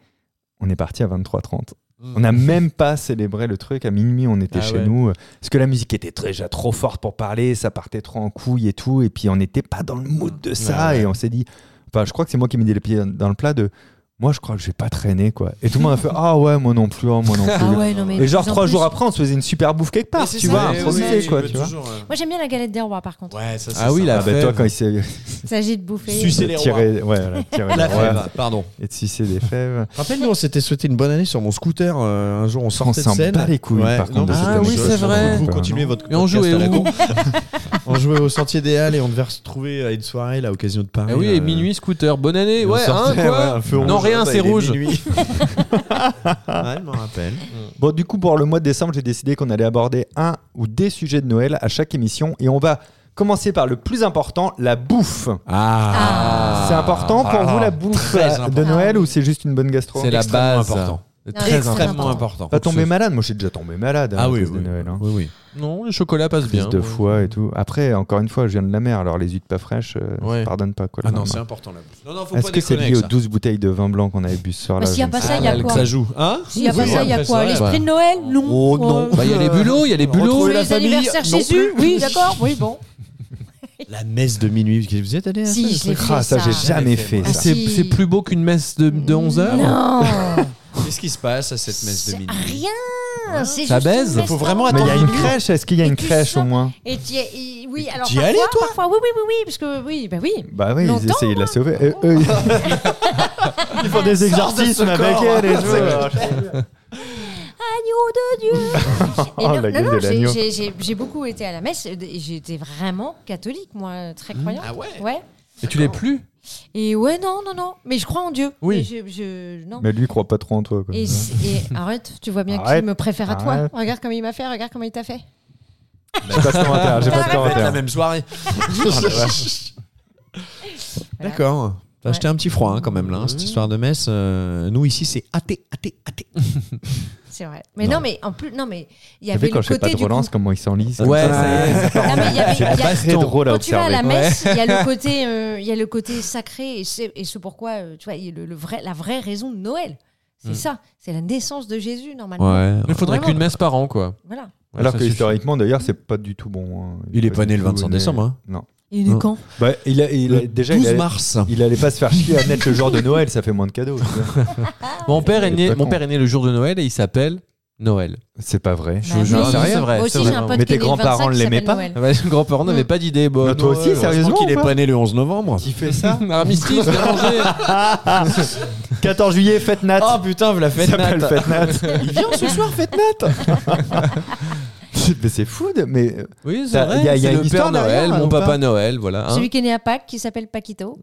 S3: On est parti à 23h30. On n'a même pas célébré le truc. À minuit, on était
S2: Ah
S3: chez
S2: ouais.
S3: nous. euh, Parce que la musique était très- déjà trop forte pour parler. Ça partait trop en couille et tout. Et puis, on n'était pas dans le mood de ça.
S2: Ouais, ouais.
S3: Et on s'est dit. Enfin, je crois que c'est moi qui ai mis les pieds dans le plat de. Moi, je crois que je vais pas traîner, quoi. Et tout le monde a fait Ah ouais, moi non plus, ah, moi non plus.
S4: Ah ouais, non, mais
S3: Et genre
S4: de plus en
S3: trois
S4: plus-
S3: jours après, on se faisait une super bouffe quelque
S5: Mais
S3: part,
S5: c'est
S3: tu
S5: ça,
S3: vois,
S5: ouais,
S3: improvisé
S5: ouais,
S3: quoi,
S5: tu
S3: tu vois.
S5: toujours, euh,
S4: Moi, j'aime bien la galette des rois, par contre.
S5: Ouais, ça c'est
S2: Ah oui, la
S5: sympa.
S3: Ah bah toi
S2: fève.
S3: quand il s'est
S4: Il s'agit de bouffer.
S5: Suce- Sucer les rois.
S3: tiré, ouais, voilà, tirer
S5: La
S3: les rois
S5: fève, pardon.
S3: et de sucer des fèves.
S5: Rappelle, nous on s'était souhaité une bonne année sur mon scooter. euh, un jour on
S3: On
S5: sortait de
S3: s'en
S5: scène.
S3: bat les couilles
S5: Ouais,
S3: par
S5: non,
S3: contre. de
S5: mais
S3: cette
S2: ah oui,
S3: anecdote.
S2: c'est vrai.
S5: Vous
S3: Quoi,
S5: continuez
S3: non
S5: votre
S2: Et on
S5: podcast
S2: jouait
S5: à la
S2: où
S5: con. On jouait au Sentier des Halles et on devait se retrouver à une soirée là, à occasion de
S3: Eh
S5: Paris.
S2: Ah oui,
S5: là.
S2: et minuit, scooter. Bonne année.
S5: Et on
S2: Ouais, hein,
S5: sortait, ouais,
S2: quoi
S5: un feu
S2: Non,
S5: rouge.
S2: rien,
S5: Ouais,
S2: c'est
S5: il est
S2: rouge.
S5: minuit. ouais, je m'en rappelle.
S3: Bon, du coup, pour le mois de décembre, j'ai décidé qu'on allait aborder un ou des sujets de Noël à chaque émission et on va commencer par le plus important, la bouffe.
S4: Ah.
S3: c'est important pour vous la bouffe
S5: très
S3: euh, de
S5: important.
S3: Noël ou c'est juste une bonne gastro
S2: C'est la
S5: Extrêmement
S2: base.
S5: important.
S2: C'est
S4: Ouais,
S2: Très important.
S5: Extrêmement important.
S3: Pas tomber malade, moi j'ai déjà tombé malade hein,
S5: Ah
S3: à
S5: oui,
S3: cause de
S5: oui.
S3: Noël. hein.
S5: Oui, oui.
S2: Non, le chocolat passe
S3: Prise
S2: bien.
S3: de foie et tout. Après, encore une fois, je viens de la mer, alors les huîtres pas fraîches, euh,
S2: Ouais.
S3: ça pardonne pas quoi. le
S5: Ah non,
S3: lendemain.
S5: c'est important la bouffe. Non, non, faut
S3: Est-ce
S5: pas
S3: que c'est
S5: déconner
S3: lié aux
S5: avec ça.
S3: 12 bouteilles de vin blanc qu'on avait bu ce soir
S4: Bah,
S3: là
S4: s'il y a pas ça, il y
S2: Ah,
S4: a
S2: le
S4: quoi
S5: Ça joue, hein
S4: S'il n'y a
S5: Oui,
S4: pas ça, il y a
S5: après,
S4: quoi
S5: c'est vrai.
S4: L'esprit de Noël Non.
S5: Oh, non.
S4: Euh,
S2: Bah, il y a les bulots, il y a les bulots.
S5: Retrouver
S4: les anniversaires
S5: non
S4: Jésus
S5: plus.
S4: Oui, d'accord, oui, bon.
S5: La messe de minuit, vous y êtes allé à
S4: Si,
S5: ça, ce
S4: je l'ai
S5: truc
S4: fait.
S3: ça, j'ai
S5: ça.
S3: jamais fait
S2: Ah,
S3: ça.
S2: C'est
S4: Si.
S2: c'est plus beau qu'une messe de, de 11 heures.
S4: Non
S5: Qu'est-ce qui se passe à cette messe de
S4: C'est
S5: minuit
S4: Rien C'est
S2: Ça
S4: juste une
S2: baise
S4: messe
S5: Faut vraiment
S4: en-
S5: attendre.
S3: Mais il y a une
S5: Attends.
S3: crèche, est-ce qu'il y a
S4: Et
S3: une
S4: tu
S3: crèche au
S4: sors-
S3: moins
S4: Et t'y es- y- oui, alors
S5: T'y es
S4: parfois,
S5: allé, toi
S4: parfois, oui, oui, oui, oui, parce que oui, bah oui.
S3: Bah oui, ils
S4: Longtemps,
S3: essayent de la sauver. Euh, eux, ils... ils font des
S5: Sors de ce
S3: exorcismes avec
S5: corps.
S3: elle et tout.
S5: C'est clair.
S4: Agneau de Dieu. Et
S3: Oh, la gueule de
S4: j'ai-
S3: l'agneau.
S4: j'ai- j'ai- j'ai beaucoup été à la messe. et J'étais vraiment catholique, moi,
S3: Hmm.
S4: très croyante.
S5: Ah ouais
S4: Ouais.
S2: Et tu l'es plus
S4: Et ouais, non, non, non. Mais je crois en Dieu.
S2: Oui.
S4: Mais je, je- non.
S3: Mais lui, il croit pas trop en toi. quoi.
S4: Et, c'est- et arrête, tu vois bien
S3: Arrête,
S4: qu'il me préfère à toi.
S3: arrête.
S4: Regarde comme il m'a fait, regarde comment il t'a fait.
S3: J'ai pas de commentaire. J'ai pas de
S5: la
S3: commentaire.
S5: même soirée.
S4: Voilà.
S5: D'accord. T'as
S4: Ouais.
S5: acheté un petit froid hein, quand même là, hein, cette histoire de messe. Euh, nous ici c'est athée, athée, athée.
S4: C'est vrai. Mais non.
S5: Non.
S4: mais en plus, non, mais il y
S3: T'as
S4: avait
S3: vu quand
S4: le
S3: je fais pas
S4: côté
S3: de
S4: du.
S3: relance, comment il s'enlise
S2: Ouais,
S3: comme
S2: ça y est, ça
S4: coup- Non, mais il y avait- il y a-
S3: C'est drôle à
S4: Quand tu vas à
S3: observer.
S4: la messe, il y a le côté, euh, il y a le côté sacré et c'est et ce pourquoi euh, tu vois il y a le, le vrai, la vraie raison de Noël, c'est
S2: Mm.
S4: ça, c'est la naissance de Jésus normalement.
S5: Ouais.
S2: Il faudrait
S4: Vraiment.
S2: qu'une messe par an, quoi.
S4: Voilà.
S2: Ouais,
S3: Alors
S2: ça
S3: que
S2: suffit.
S3: historiquement, d'ailleurs, c'est pas du tout bon. hein.
S5: Il est pas né
S3: du
S5: le
S3: tout
S5: 25 décembre, hein.
S3: Non.
S4: Il est
S5: Non.
S4: quand
S3: Bah, il a, il a- déjà,
S5: 12
S3: il, allait-
S5: mars.
S3: il allait pas se faire chier à naître le jour de Noël, ça fait moins de cadeaux. tu vois.
S2: Mon père, est
S3: c'est
S2: né,
S3: pas
S2: mon
S3: con.
S2: père est né le jour de Noël et il s'appelle Noël.
S3: C'est pas vrai.
S2: Je- je-
S4: oui,
S2: c'est vrai, c'est vrai,
S4: Moi
S2: c'est
S4: Bah, aussi
S2: vrai.
S4: j'ai un pote
S3: Mais
S4: qui
S3: tes
S4: est né le
S3: grands-parents
S4: 25 qui
S3: l'aimaient
S4: s'appelle
S3: pas
S4: Noël.
S2: Ah bah, les grands-parents n'avaient pas d'idée. Bon,
S3: Bah, toi
S2: Noël,
S3: aussi,
S2: heureusement
S3: sérieusement
S2: qu'il
S5: Il est
S2: est
S5: pas né le 11 novembre.
S3: Qui fait ça
S2: pas- Armistice, mélangé.
S3: 14 juillet, fête Nat.
S2: Ah putain, vous la
S3: Ça
S2: fête
S3: s'appelle
S2: nat.
S3: fête Nat. Il vient ce soir, fête Nat. mais c'est fou, de- mais
S2: Oui, c'est
S3: Ça-
S2: vrai.
S3: il y a- il y a
S2: c'est
S3: une
S2: le
S3: histoire
S2: Père Noël,
S3: derrière,
S2: mon
S3: ou
S2: papa
S3: pas
S2: Noël, voilà. hein.
S4: Celui qui est né à Pâques qui s'appelle Paquito.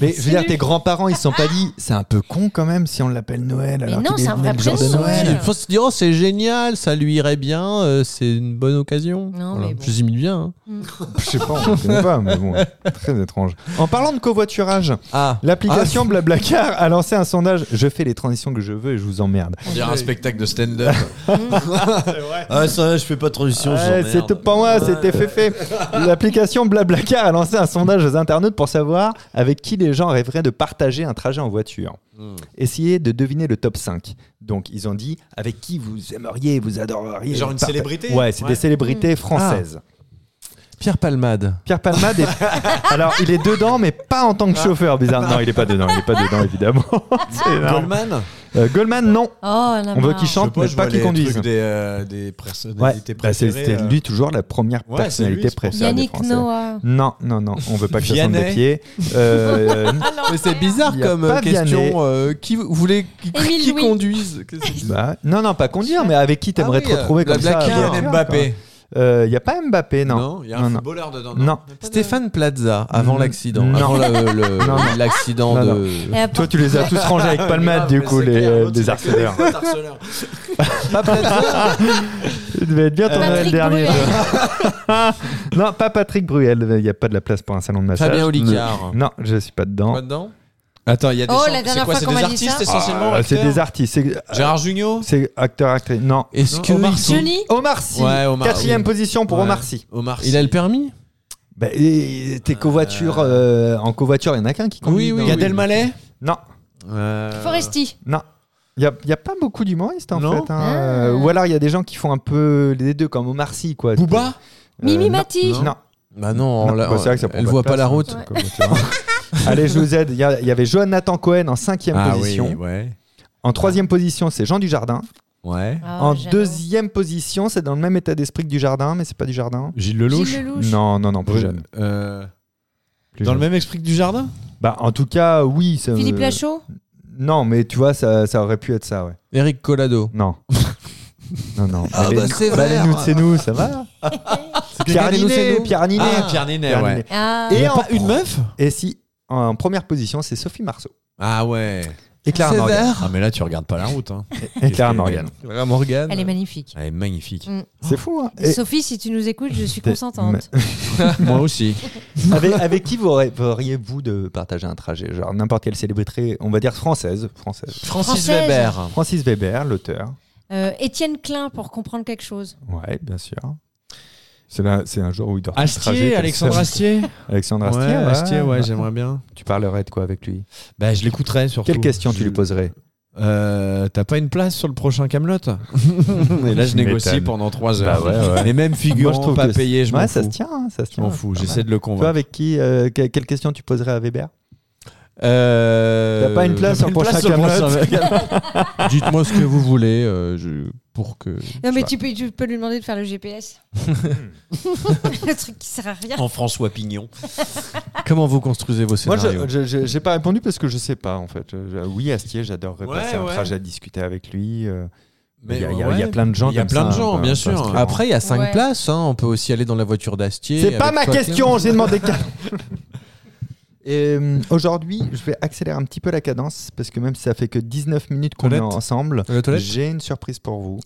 S3: Mais je veux dire,
S4: Salut.
S3: tes grands-parents, ils se sont pas dit, c'est un peu con quand même si on l'appelle Noël. Alors
S4: non,
S3: qu'il
S4: c'est
S3: est
S4: un vrai
S3: né le jour de
S4: prénom,
S3: Noël.
S4: ouais.
S2: Il faut se dire, oh, c'est génial, ça lui irait bien, euh, c'est une bonne occasion.
S4: Non, mais bon.
S2: Je les imite bien. hein.
S3: Je sais pas, on connaît pas, mais bon, très étrange. En parlant de covoiturage,
S2: Ah,
S3: l'application Blablacar a lancé un sondage. Je fais les transitions que je veux et je vous emmerde.
S5: On dirait un spectacle de stand-up. ah ça, je fais pas de transition.
S3: Ouais, c'était pas moi, c'était Féfé. L'application Blablacar a lancé un sondage aux internautes pour savoir avec qui les gens rêveraient de partager un trajet en voiture.
S5: Hmm.
S3: Essayez de deviner le top 5. Donc, ils ont dit avec qui vous aimeriez, vous adoreriez.
S5: Genre une
S3: parta-
S5: célébrité
S3: Ouais, c'est
S5: Ouais.
S3: des célébrités
S4: Hmm.
S3: françaises.
S2: Pierre Palmade.
S3: Pierre Palmade est... Alors, il est dedans, mais pas en tant que chauffeur, bizarre. Non, il est pas dedans, il est pas dedans, évidemment. C'est énorme.
S5: Goldman.
S3: Euh, Goldman, non.
S4: Oh, on a
S3: On veut
S4: marre.
S3: qu'il chante, mais pas qu'il conduise.
S5: Des, euh, des euh, personnes.
S3: Ouais, bah, c'est- c'était lui toujours la première
S5: Ouais, c'est
S3: personnalité
S5: lui, c'est pour ça.
S3: préférée des
S4: Yannick
S3: Français. Euh,
S4: Noah.
S3: Non, non, non, on veut pas que ça sente des
S5: Vianney.
S3: pieds. Euh,
S2: Mais c'est bizarre
S3: Il y a
S2: comme
S3: pas
S2: euh, question.
S3: Vianney.
S2: euh, qui vous voulez qui,
S4: Émile
S2: qui
S4: Louis.
S2: conduise
S3: bah, non, non, pas conduire, mais avec qui t'aimerais
S2: Ah
S3: te
S2: oui,
S3: retrouver
S2: euh,
S3: comme ça
S2: Blablacar.
S3: à voiture,
S5: Mbappé.
S3: quoi. Euh, Il n'y a pas Mbappé, non.
S5: Non, il y a un
S3: non.
S5: footballeur dedans.
S3: Non.
S5: Il y a pas de-
S2: Stéphane Plaza avant
S3: Non.
S2: l'accident.
S3: Mm. Non.
S2: Avant le- le-
S3: Non, non.
S2: l'accident
S3: Non, non.
S2: de.
S4: Et après-
S3: Toi, tu les as tous rangés avec Palmade, du coup,
S5: Ah, C'est
S3: les,
S5: clair,
S3: euh,
S5: l'autre, il
S3: des
S5: a que des
S3: harceleurs.
S5: potes harceleurs.
S2: Pas Plaza
S3: Il devait être bien ton Noël
S4: Patrick
S3: dernier.
S4: Bruel.
S3: non, pas Patrick Bruel. Il n'y a pas de la place pour un salon de massage.
S2: Fabien Olicard.
S3: Non, je suis pas dedans.
S2: Pas dedans
S5: Attends, il y a des
S4: Oh,
S5: gens-
S4: la
S5: c'est
S4: dernière
S5: quoi,
S4: fois
S5: c'est
S4: qu'on
S5: des
S4: m'a dit ça.
S5: artistes essentiellement.
S3: Ah, c'est
S5: acteurs
S3: des artistes. C'est,
S5: Gérard Jugnot.
S3: c'est acteur, actrice. Non.
S2: Est-ce
S5: Non,
S2: que
S5: Omar
S2: ils sont-
S4: Johnny
S3: Omar Sy.
S5: Ouais, Omar
S3: Quatrième
S5: Sy.
S3: position pour
S5: Ouais.
S3: Omar Sy.
S5: Omar Sy.
S2: il a le permis
S3: Bah, et tes covoitures. euh, en covoiture, il y en a qu'un qui conduit.
S2: oui,
S3: non
S2: oui.
S5: Gad Elmaleh.
S3: Non,
S5: Euh,
S4: Foresti.
S3: non. Il n'y a, il y a pas beaucoup d'humoristes en
S5: Non.
S3: fait. hein.
S4: Ah.
S3: Euh, Ou alors il y a des gens qui font un peu les deux comme Omar Sy quoi.
S5: Booba.
S3: Euh,
S4: Mimi
S3: non.
S4: Mati.
S3: Non.
S2: Bah non,
S3: Non,
S2: on l'a-
S3: bah, c'est vrai que ça prend
S2: elle
S3: de
S2: voit pas
S3: place,
S2: la
S3: hein,
S2: route.
S3: cette covoiture. Allez, je vous aide. Il y, a- il y avait Jonathan Cohen en cinquième
S5: Ah oui,
S3: position.
S5: ouais.
S3: En troisième position, c'est Jean Dujardin.
S5: Ouais.
S4: Ah,
S3: en
S4: j'adore.
S3: deuxième position, c'est dans le même état d'esprit que Dujardin, mais c'est pas Dujardin.
S5: Gilles
S4: Gilles Lelouch.
S3: Non, non, non, plus jeune.
S5: Euh,
S3: plus
S5: dans le
S3: jeune.
S5: même esprit que du jardin
S3: Bah, en tout cas, oui. ça-
S4: Philippe Lachaud.
S3: Non, mais tu vois, ça, ça aurait pu être ça, ouais.
S2: Eric Collado.
S3: Non. non, non.
S2: Ah,
S3: Allez,
S2: bah, c'est
S3: allez,
S2: vert.
S3: nous, c'est nous, ça va. Pierre
S2: Gagné, nous, c'est
S3: Ninet,
S2: nous.
S3: Pierre Ninet.
S5: Ah, Pierre Ninet,
S3: Pierre
S5: ouais.
S3: Ninet.
S4: Ah,
S3: Et
S5: Et
S3: en-
S5: pas une meuf
S3: Et si, en première position, c'est Sophie Marceau.
S5: Ah ouais.
S3: Et Clara Morgan.
S5: Ah mais là tu regardes pas la route. Hein.
S3: Et Clara Morgan.
S2: Clara Morgan.
S4: elle est magnifique.
S5: Elle est magnifique.
S3: C'est fou, hein.
S4: Et
S3: Et
S4: Sophie, si tu nous écoutes, je suis
S3: T'es-
S4: consentante.
S5: Moi aussi.
S3: avec, avec qui vous aurez- auriez-vous de partager un trajet Genre n'importe quelle célébrité, on va dire française. française.
S2: Francis
S4: Française.
S2: Weber.
S3: Francis Weber, l'auteur.
S4: Euh, Étienne Klein pour comprendre quelque chose.
S3: Ouais, bien sûr. C'est là, c'est un jour où il dort.
S5: Astier, Alexandre Astier.
S3: Alexandre Astier.
S5: ouais, Astier, ouais, j'aimerais bien.
S3: Tu parlerais de quoi avec lui
S5: Bah je l'écouterais surtout.
S3: Quelle question tu
S5: Je-
S3: lui poserais
S5: Euh, T'as pas une place sur le prochain Camelot Et là je
S3: Tu
S5: négocie
S3: m'étonnes.
S5: pendant 3
S3: Bah
S5: heures.
S3: ouais, ouais.
S5: Les mêmes
S3: Moi, je
S5: figurants
S3: trouve
S5: pas
S3: que-
S5: payés, je
S3: Ouais,
S5: m'en
S3: ça se
S5: fous.
S3: tient, hein, ça se
S5: Je
S3: tient.
S5: m'en fous.
S3: Pas
S5: J'essaie
S3: mal.
S5: de le
S3: Toi,
S5: convaincre.
S3: avec qui euh, que- Quelle question tu poserais à Weber
S2: Euh,
S3: T'as pas une place sur
S5: une
S3: le prochain
S5: place sur le prochain
S3: Camelot
S2: Dites-moi ce que vous voulez euh, je- pour que.
S4: Non, mais
S2: je sais
S4: tu peux, tu peux lui demander de faire le GPS. le truc qui sert à rien.
S5: En François Pignon.
S2: pas. Comment vous construisez vos
S3: Moi,
S2: scénarios
S3: je- je- je- j'ai pas répondu parce que je sais pas en fait. Je- je- oui, Astier, j'adorerais
S5: Ouais,
S3: passer un
S5: ouais.
S3: trajet à discuter avec lui. euh, Il y, a- il y a-
S2: ouais,
S3: il y a plein de gens
S2: Il y a
S3: comme
S2: plein de
S3: ça, hein,
S2: gens,
S3: pas-
S2: bien
S3: pas
S2: sûr.
S3: inscrits.
S2: Après, il y a cinq
S4: Ouais.
S2: places. hein, On peut aussi aller dans la voiture d'acier.
S3: C'est pas
S2: avec
S3: ma
S2: toi,
S3: question, j'ai demandé qu'à- Euh, Aujourd'hui, je vais accélérer un petit peu la cadence parce que même si ça fait que 19 minutes qu'on est
S2: Toilette.
S3: ensemble,
S2: Claire. La toilette Oh.
S3: j'ai une surprise pour vous.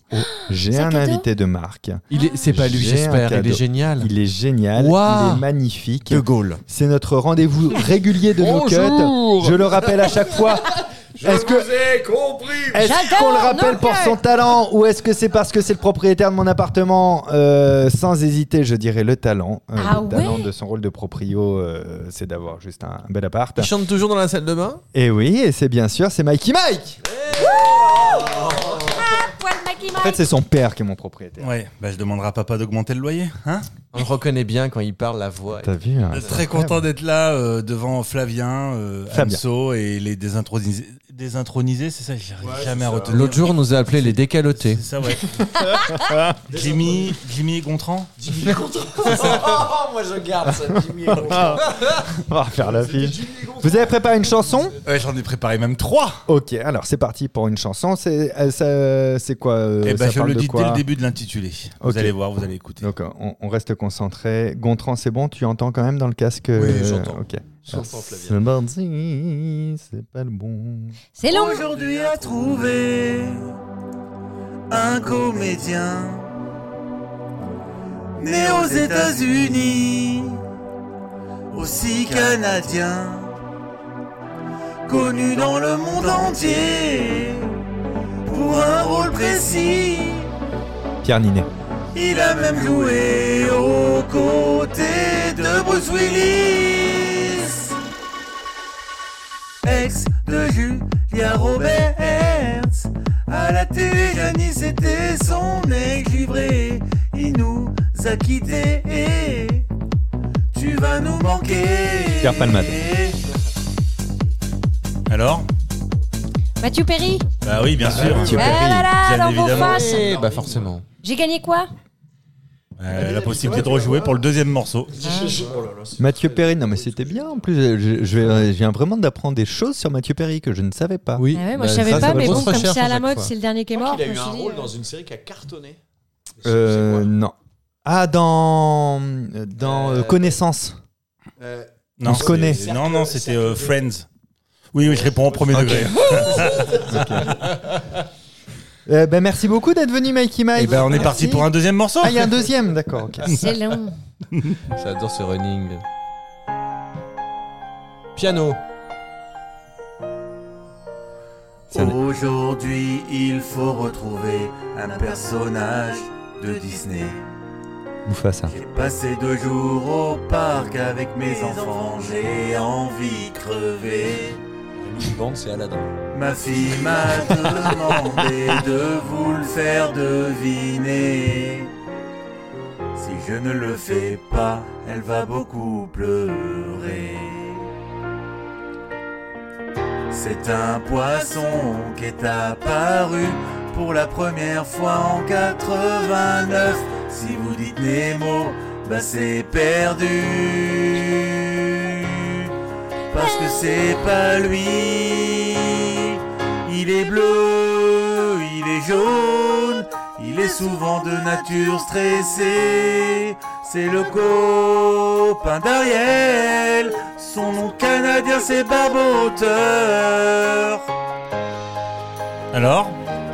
S3: J'ai
S4: C'est
S3: un
S4: un cadeau
S3: invité de marque.
S2: Il est- C'est pas lui,
S3: J'ai un
S2: j'espère. Il est
S3: cadeau.
S2: génial.
S3: Il est génial,
S2: Waouh.
S3: il est magnifique.
S2: Gaulle.
S3: C'est notre rendez-vous régulier de nos cuts.
S2: Bonjour.
S3: Je le rappelle à chaque fois. Est-ce que
S1: ai compris
S3: est-ce
S4: J'adore
S3: qu'on le rappelle
S4: nos
S3: pour
S4: cuts.
S3: son talent ou est-ce que c'est parce que c'est le propriétaire de mon appartement Euh, Sans hésiter, je dirais le talent. Euh,
S4: Ah
S3: le talent
S4: ouais.
S3: de son rôle de proprio, euh, c'est d'avoir juste un, un bel appart.
S2: Il chante toujours dans la salle de bain
S3: Et oui, et c'est bien sûr, c'est Mikey Mike.
S4: Poil Maggie
S3: En fait, c'est son père qui est mon propriétaire.
S6: Ouais, bah je demanderai à papa d'augmenter le loyer. Hein
S2: On le reconnaît bien quand il parle, la voix.
S3: T'as vu hein, Ah, c'est
S6: Très
S3: incroyable.
S6: content d'être là euh, devant Flavien, euh,
S3: Flavien.
S6: Hamso et les désintronisés. Désintronisés, c'est ça, j'arrive jamais à retenir.
S2: L'autre jour, on nous a appelé les décalotés.
S6: C'est ça, ouais. Jimmy, Jimmy et Gontran
S5: moi je garde ça, Jimmy.
S3: On va refaire l'affiche. Vous avez préparé une chanson
S6: Ouais, j'en ai préparé même trois.
S3: Ok, alors c'est parti pour une chanson. C'est euh, ça- c'est quoi euh,
S6: Eh ben,
S3: ça
S6: je
S3: parle
S6: le
S3: de
S6: dis
S3: quoi
S6: dès le début de l'intitulé.
S3: Ok.
S6: Vous allez voir, vous allez écouter.
S3: Donc euh, on, on reste concentré. Gontran, c'est bon, tu entends quand même dans le casque Oui,
S5: j'entends.
S3: Ok.
S5: J'entends, Flavien.
S3: C'est mardi, c'est pas le bon.
S4: C'est long.
S6: Aujourd'hui à trouver un comédien né aux États-Unis, aussi canadien, connu dans le monde entier pour un rôle précis.
S3: Pierre Ninet.
S6: Il a même joué aux côtés de Bruce Willis. Ex de Julia Roberts. À la télé, Janice était son ex livré. Il nous a quittés. Tu vas nous manquer.
S3: Pierre Palmade.
S6: Alors
S4: Mathieu Perry.
S6: Bah oui, bien sûr.
S3: Mathieu
S4: Ah là là,
S6: Bien
S4: dans vos
S6: évidemment.
S4: faces.
S2: Eh, bah forcément.
S4: J'ai gagné quoi
S6: Euh, la possibilité de rejouer pour le deuxième morceau.
S4: Ah,
S3: Mathieu Perry, non mais c'était bien en plus. Je, je vais- je viens vraiment d'apprendre des choses sur Mathieu Perry que je ne savais pas.
S2: Oui.
S4: Ah ouais, Moi, je
S2: bah,
S4: savais
S2: ça,
S4: pas,
S2: c'est
S4: mais
S2: grosse
S4: bon, comme
S2: recherche
S4: c'est à la
S2: chaque
S4: mode,
S2: fois.
S4: c'est le dernier qui est
S5: Je crois
S4: mort.
S5: qu'il a
S4: je me
S5: eu un
S4: suis dit,
S5: rôle
S4: euh,
S5: dans une série qui a cartonné.
S3: Euh, non. Ah, dans, dans euh,
S5: Euh,
S3: Connaissance. On se
S6: c'est-
S3: connaît.
S6: Non, non, c'était euh, Friends. Oui, oui, je réponds au premier degré.
S3: Euh, ben, merci beaucoup d'être venu, Mikey Mike.
S6: Et ben, on est parti pour un deuxième morceau.
S3: Ah, il y a un deuxième, d'accord. ok.
S4: C'est long.
S2: J'adore ce running. Piano.
S6: Aujourd'hui, il faut retrouver un personnage de Disney.
S3: Mufasa.
S6: J'ai passé deux jours au parc avec mes enfants, j'ai envie de crever.
S5: Une bande, c'est Aladdin.
S6: Ma fille m'a demandé de vous le faire deviner. Si je ne le fais pas, elle va beaucoup pleurer. C'est un poisson qui est apparu pour la première fois en 89. Si vous dites Nemo, bah c'est perdu. Parce que c'est pas lui. Il est bleu, il est jaune, il est souvent de nature stressée. C'est le copain d'Ariel, son nom canadien c'est Barboteur. Alors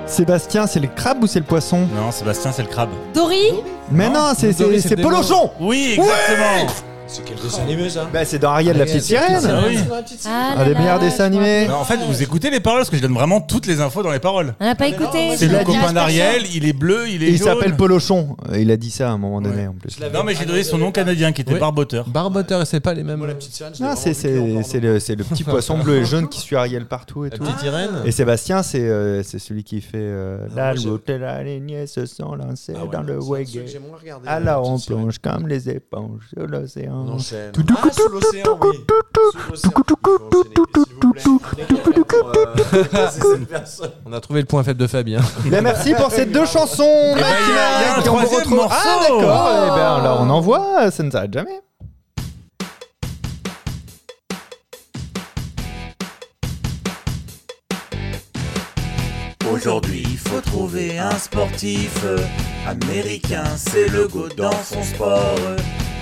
S3: Sébastien, c'est le crabe ou c'est le poisson
S6: Non, Sébastien c'est le crabe.
S4: Dory
S3: Mais non,
S2: Non,
S3: c'est
S2: Dory,
S3: c'est-
S2: c'est
S3: c'est
S2: le
S3: Polochon
S6: Oui, exactement
S5: C'est quel dessin animé ça
S3: Bah, c'est dans Ariel, la petite sirène.
S6: oui.
S4: Ah
S3: Un
S4: là
S3: des
S4: là,
S3: meilleurs
S4: je
S3: dessins
S4: me
S3: animés.
S4: rappelle.
S6: En fait, vous écoutez les paroles parce que je donne vraiment toutes les infos dans les paroles.
S4: On n'a pas écouté.
S6: C'est le
S3: l'ai dit.
S6: copain d'Ariel, il est bleu, il est
S3: Il
S6: jaune.
S3: s'appelle Polochon. Il a dit ça à un moment donné en plus.
S6: Non, mais j'ai donné son nom canadien qui était
S2: Oui.
S6: Barboteur.
S2: Barboteur, c'est pas les mêmes.
S5: Moi, la petite sirène, je l'ai
S3: Non, c'est
S5: vraiment vu que en
S3: c'est- c'est le, c'est le petit poisson bleu et jaune qui suit Ariel partout et tout.
S2: sirène.
S3: Et Sébastien, c'est euh, c'est celui qui fait euh,
S5: Ah,
S3: La
S5: moi, j'ai-
S3: route et la lignée se sont lancées
S5: porno. Ah ouais,
S3: dans le
S5: c'est un truc que
S3: Wege.
S5: j'ai moins regardé, la
S3: Alors on
S5: petite sirène.
S3: plonge comme les éponges sur l'océan.
S5: On enchaîne. Ah, sous l'océan, oui. Sous l'océan. Il faut enchaîner, s'il vous plaît. Pour, euh, remplacer cette personne.
S2: On a trouvé le point faible de hein. Fabien.
S3: Bien, Bah, merci pour ces deux chansons.
S6: ben, il y a- il y a un
S3: Mike, on vous
S6: troisième
S3: retrouve- Ah
S6: morceau.
S3: d'accord. Eh ben, alors on envoie, ça ne s'arrête jamais.
S6: Aujourd'hui, Aujourd'hui, il faut trouver un sportif américain, c'est le go dans son sport.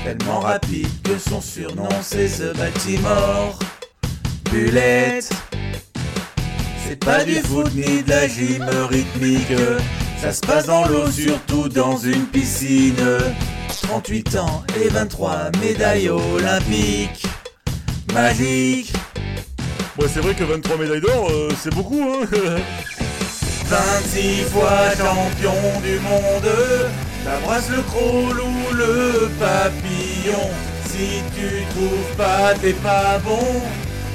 S6: Tellement rapide que son surnom c'est The Baltimore. Bulette, c'est pas du foot ni de la gym rythmique. Ça se passe dans l'eau, surtout dans une piscine. 38 ans et 23 médailles olympiques. Magique.
S7: Ouais, c'est vrai que 23 médailles d'or, euh, c'est beaucoup, hein
S6: 26 fois champion du monde, t'embrasses le crawl ou le papillon. Si tu trouves pas, t'es pas bon.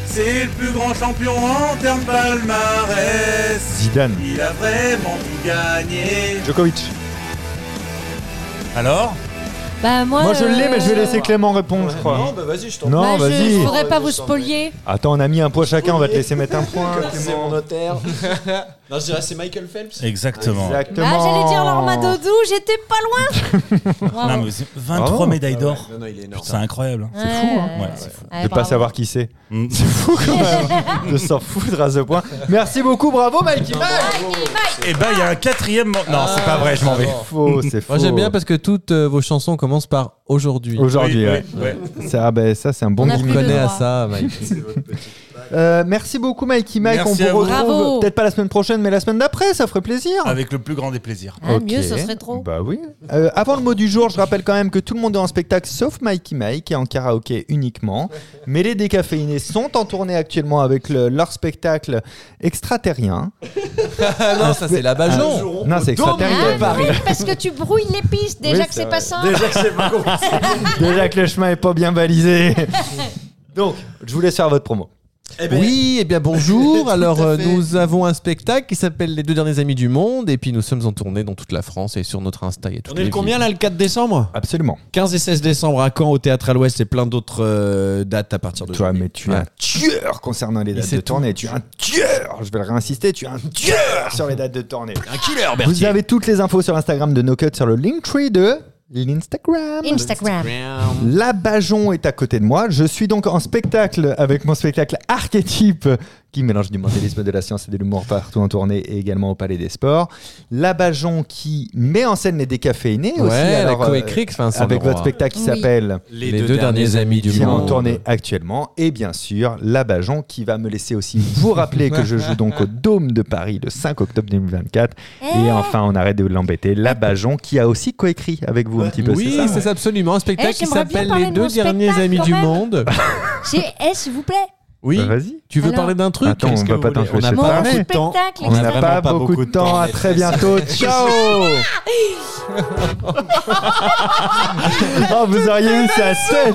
S6: C'est le plus grand champion en termes palmarès.
S3: Zidane.
S6: Il a vraiment tout gagné.
S3: Djokovic.
S5: Alors
S4: Bah, moi,
S3: Moi je l'ai, mais Eh ben, je vais
S4: euh,
S3: laisser Clément répondre, je crois.
S5: bah vas-y, je t'en
S3: Non,
S4: bah, je- je
S3: vas-y.
S4: voudrais pas vous
S5: Sans-
S4: spolier.
S3: Attends, on a mis un point chacun, on va te laisser mettre un point.
S5: euh, C'est mon notaire. non, je dirais c'est Michael Phelps.
S7: Exactement.
S3: Exactement.
S4: Bah, j'allais dire Lorma Doudou, j'étais pas loin. Bravo.
S7: Non, mais c'est 23
S3: Bravo.
S7: médailles d'or.
S5: Non, non, il est énorme.
S7: C'est incroyable. hein.
S4: Ouais,
S3: fou, hein.
S7: Ouais, c'est fou.
S4: ouais,
S3: De pas
S4: bravo.
S3: savoir qui c'est.
S7: Mm.
S3: C'est fou quand même de s'en foutre à ce point. Merci beaucoup, bravo Mikey Mike
S7: Et bah, il y a un quatrième. man- Non, c'est pas vrai, je m'en vais.
S3: Faux, c'est faux.
S2: Moi j'aime bien parce que toutes euh, vos chansons commencent par aujourd'hui.
S3: Aujourd'hui,
S7: Oui,
S3: ouais.
S7: oui, ouais.
S3: Ça, ah ben, ça c'est un bon
S4: On
S2: On
S4: a plus
S3: gimmick.
S4: le
S2: connaît à
S4: droit.
S2: ça, Mike.
S3: Euh, merci beaucoup Mikey Mike.
S7: Merci
S3: on
S7: à
S3: vous
S7: vous.
S3: retrouve
S4: Bravo.
S3: peut-être pas la semaine prochaine, mais la semaine d'après, ça ferait plaisir.
S7: Avec le plus grand des plaisirs.
S4: Ah,
S3: Ok.
S4: Mieux, ce serait trop.
S3: Bah oui. Euh, avant le mot du jour, je rappelle quand même que tout le monde est en spectacle sauf Mikey Mike et en karaoké uniquement. Mais les décaféinés sont en tournée actuellement avec le- leur spectacle extraterrien.
S2: Ah non, ça c'est la Bajon.
S3: Non, c'est extraterrien.
S4: Ah oui, parce que tu brouilles les pistes déjà
S3: Oui,
S4: que
S3: c'est
S4: c'est
S3: vrai.
S4: pas simple.
S5: Déjà que c'est pas compliqué.
S3: Déjà que le chemin est pas bien balisé. Donc, je vous laisse faire votre promo.
S5: Eh ben,
S2: Oui, eh bien bonjour.
S5: Tout à
S2: Alors euh,
S5: fait.
S2: nous avons un spectacle qui s'appelle Les deux derniers amis du monde et puis nous sommes en tournée dans toute la France et sur notre Insta et tout.
S8: On est le combien là le 4 décembre
S3: Absolument.
S8: 15 et 16 décembre à Caen au Théâtre à l'Ouest et plein d'autres euh, dates à partir de
S3: Tu vois, mais tu es
S2: Ouais.
S3: un tueur concernant les dates
S2: sait
S3: de
S2: tout.
S3: tournée. Tu es un tueur. Je vais le réinsister. Tu es un tueur sur les dates de tournée.
S8: Un killer
S3: Vous avez toutes les infos sur l'Instagram de No Cut sur le Linktree de l'Instagram.
S4: Instagram.
S3: La Bajon est à côté de moi. Je suis donc en spectacle avec mon spectacle Archétype qui mélange du mentalisme, de la science et de l'humour partout en tournée et également au Palais des Sports. La Bajon qui met en scène les décaféinés aussi.
S2: Ouais, elle a
S3: alors, euh,
S2: coécrit que- enfin, c'est
S3: avec
S2: le
S3: votre
S2: roi.
S3: spectacle qui
S4: Oui.
S3: s'appelle
S2: Les, deux, derniers amis du
S3: qui est en
S2: monde.
S3: tournée actuellement. Et bien sûr, la Bajon qui va me laisser aussi vous rappeler que je joue donc au Dôme de Paris le 5 octobre 2024.
S4: Eh
S3: Et enfin, on arrête de l'embêter. La Bajon qui a aussi coécrit avec vous un petit peu.
S2: Oui,
S3: c'est ça
S2: c'est ça, absolument. Un spectacle
S4: Eh,
S2: qui
S4: j'aimerais bien
S2: s'appelle
S4: parler
S2: Les
S4: de
S2: deux
S4: mon
S2: derniers
S4: spectacle,
S2: amis
S4: quand
S2: du
S4: même.
S2: monde.
S4: C'est eh, s'il vous plaît.
S2: Oui.
S3: Bah, Vas-y.
S2: Tu veux
S4: Alors
S2: parler d'un truc
S3: Attends, on
S2: Qu'est-ce que
S3: va
S2: vous
S3: pas
S2: voulez
S3: t'infléchir.
S2: On a
S3: Je sais
S4: Mon
S3: pas.
S4: spectacle.
S3: On n'a
S4: extra-
S3: pas, beaucoup de temps. À très bientôt. Ciao Oh, vous auriez eu sa tête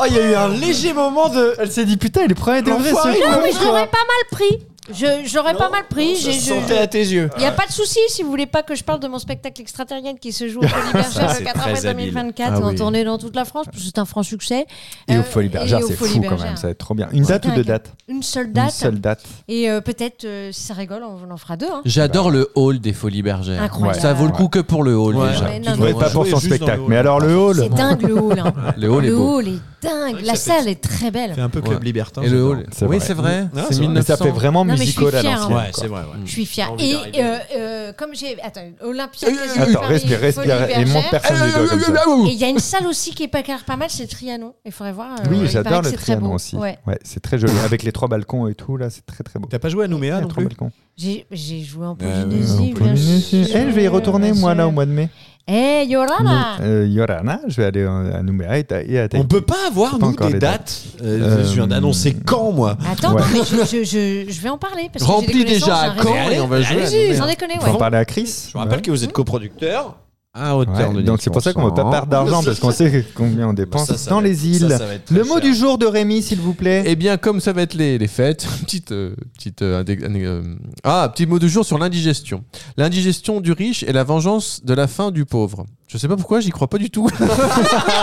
S3: Oh, il y a eu un léger moment de... Elle s'est dit, putain, il est premier degré, ce
S4: Non, mais
S3: con,
S4: je
S3: quoi.
S4: l'aurais pas mal pris. Je- J'aurais pas mal pris. J'ai- je-
S8: à tes yeux.
S4: Il n'y a pas de souci si vous voulez pas que je parle de mon spectacle extraterrien qui se joue au Folie
S8: Ça,
S4: Bergère
S8: c'est très
S4: le 4 avril
S8: habile.
S4: 2024
S3: Ah
S4: en
S3: oui.
S4: tournée dans toute la France. parce que C'est un franc succès.
S3: Et
S4: Euh,
S3: au Folie Bergère,
S4: et au
S3: c'est
S4: Folies
S3: fou quand
S4: Bergère.
S3: même. Ça va être trop bien. Une date ou
S4: Putain,
S3: deux
S4: quel-
S3: dates
S4: Une seule
S3: Une
S4: date.
S3: seule date.
S4: Et euh, peut-être, euh, si ça rigole, on en fera deux. hein.
S2: J'adore le hall des Folies Bergères.
S4: Incroyable.
S2: Ça vaut le coup que pour le hall
S8: Ouais.
S2: déjà.
S4: Ouais,
S2: Tu
S4: non,
S2: devrais
S3: Ouais,
S4: non,
S2: pas
S3: pas pour
S8: jouer
S3: son
S8: juste dans
S3: spectacle.
S8: le hall.
S3: Mais alors le
S4: C'est
S3: hall
S4: dingue le hall. hein.
S2: Le hall est
S4: Le
S2: beau.
S4: hall est dingue. La salle est très belle.
S8: Fait un peu
S2: club
S8: club libertin.
S2: Et le hall.
S3: C'est
S2: oui,
S3: vrai.
S2: c'est vrai.
S8: Non, c'est
S2: c'est
S8: vrai.
S3: Mais ça
S2: 1900.
S3: fait vraiment
S4: Non, mais je suis
S3: musical à
S4: fière,
S3: l'ancienne.
S4: hein.
S8: Ouais,
S3: quoi.
S8: c'est vrai. ouais.
S4: Je suis fière.
S5: envie
S4: Et
S5: d'arriver.
S4: euh, euh, comme j'ai. Attends, Olympia. Casino
S3: Attends,
S4: Paris,
S3: respire,
S4: Folie
S3: respire et
S4: Bergère. Euh,
S3: monte personne du doigt comme
S2: euh,
S3: ça.
S4: Et il y a une salle aussi qui est pas, pas mal, c'est Trianon. Il faudrait voir. euh, il
S3: Oui,
S4: paraît
S3: j'adore
S4: que
S3: le
S4: c'est très
S3: Trianon
S4: beau.
S3: aussi.
S4: Ouais.
S3: Ouais, c'est très joli. Avec les trois balcons et tout, là, c'est très très beau.
S8: T'as pas joué à
S3: Ah,
S8: Nouméa non
S3: trois
S8: plus
S3: balcons.
S4: J'ai j'ai joué
S3: Euh,
S4: en
S8: ouais,
S4: Polynésie.
S8: en
S4: bien
S3: Eh,
S4: sûr.
S3: je vais y retourner, moi, là, au mois de mai.
S4: Eh, Yorana
S3: Mais, euh, Yorana, je vais aller euh, à Nouméa et ta- et à
S8: On
S3: Tahiti.
S8: peut pas avoir
S3: Pas
S8: nous
S3: encore
S8: des
S3: les
S8: dates.
S3: Euh,
S8: Euh, Je viens d'annoncer quand moi.
S4: Attends,
S3: Ouais.
S4: non, mais je, je, je, je vais en parler. Parce que j'ai
S2: Rempli
S4: des
S2: déjà à
S4: connaissances, j'ai un
S2: Caen et on va jouer. à
S4: réseau.
S2: Nouméa.
S4: Sans déconner,
S3: On va en
S4: ouais.
S3: parler à Chris.
S8: Je vous rappelle
S3: Ouais.
S8: que vous êtes coproducteur à
S3: Ouais,
S8: hauteur de
S3: donc c'est pour ça qu'on ne veut pas perdre d'argent parce qu'on sait que- combien on dépense
S5: ça, ça
S3: dans
S5: va être-
S3: les îles.
S5: ça, ça va être très
S3: le mot
S5: cher.
S3: du jour de Rémi, s'il vous plaît.
S2: Eh bien, comme ça va être les, les fêtes, petite, euh, petite, euh, indé- euh, ah, petit mot du jour sur l'indigestion. L'indigestion du riche et la vengeance de la faim du pauvre. Je sais pas pourquoi, j'y crois pas du tout.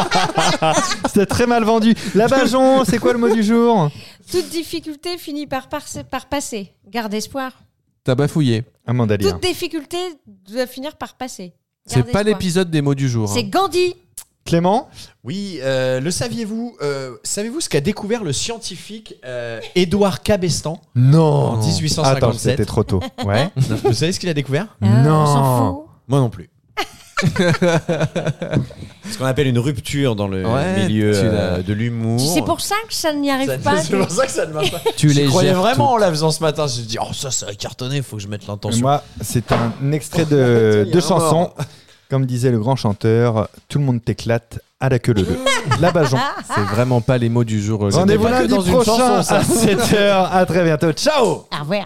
S3: C'était très mal vendu. La Bajon, c'est quoi le mot du jour
S4: Toute difficulté finit par, par, par passer. Garde espoir.
S2: T'as bafouillé.
S3: Amanda hein. Lien.
S4: Toute difficulté doit finir par passer.
S2: C'est
S4: Garde
S2: pas
S4: espoir.
S2: l'épisode des mots du jour. hein.
S4: C'est Gandhi.
S3: Clément
S5: Oui, euh, le saviez-vous euh, Savez-vous ce qu'a découvert le scientifique euh, Édouard Cabestan
S3: Non Oh.
S5: En
S3: Attends,
S5: 1857.
S3: c'était trop tôt. Ouais.
S5: Vous savez ce qu'il a découvert
S4: Ah,
S3: Non.
S4: On s'en fout.
S5: Moi non plus.
S8: Ce qu'on appelle une rupture dans le
S2: Ouais,
S8: milieu
S2: tu
S8: euh,
S2: l'as.
S8: de l'humour.
S4: Tu-
S2: Oh.
S4: C'est pour ça que ça n'y arrive
S5: Ça-
S4: pas.
S5: C'est pour ça que ça ne marche pas.
S2: Tu
S5: J'y
S2: les
S5: croyais
S2: gères
S5: vraiment
S2: toutes.
S5: en la faisant ce matin. Je me dit, oh, ça, ça a cartonné, faut que je mette l'intention.
S3: Moi, c'est un extrait de,
S5: Il y a
S3: de
S5: un
S3: chanson.
S5: mort.
S3: Comme disait le grand chanteur, tout le monde t'éclate à la queue leu leu. La Bajon.
S2: C'est vraiment pas les mots du jour. euh, le
S3: Rendez-vous
S2: débat.
S3: lundi prochain à 7h. À très bientôt. Ciao
S4: Au revoir.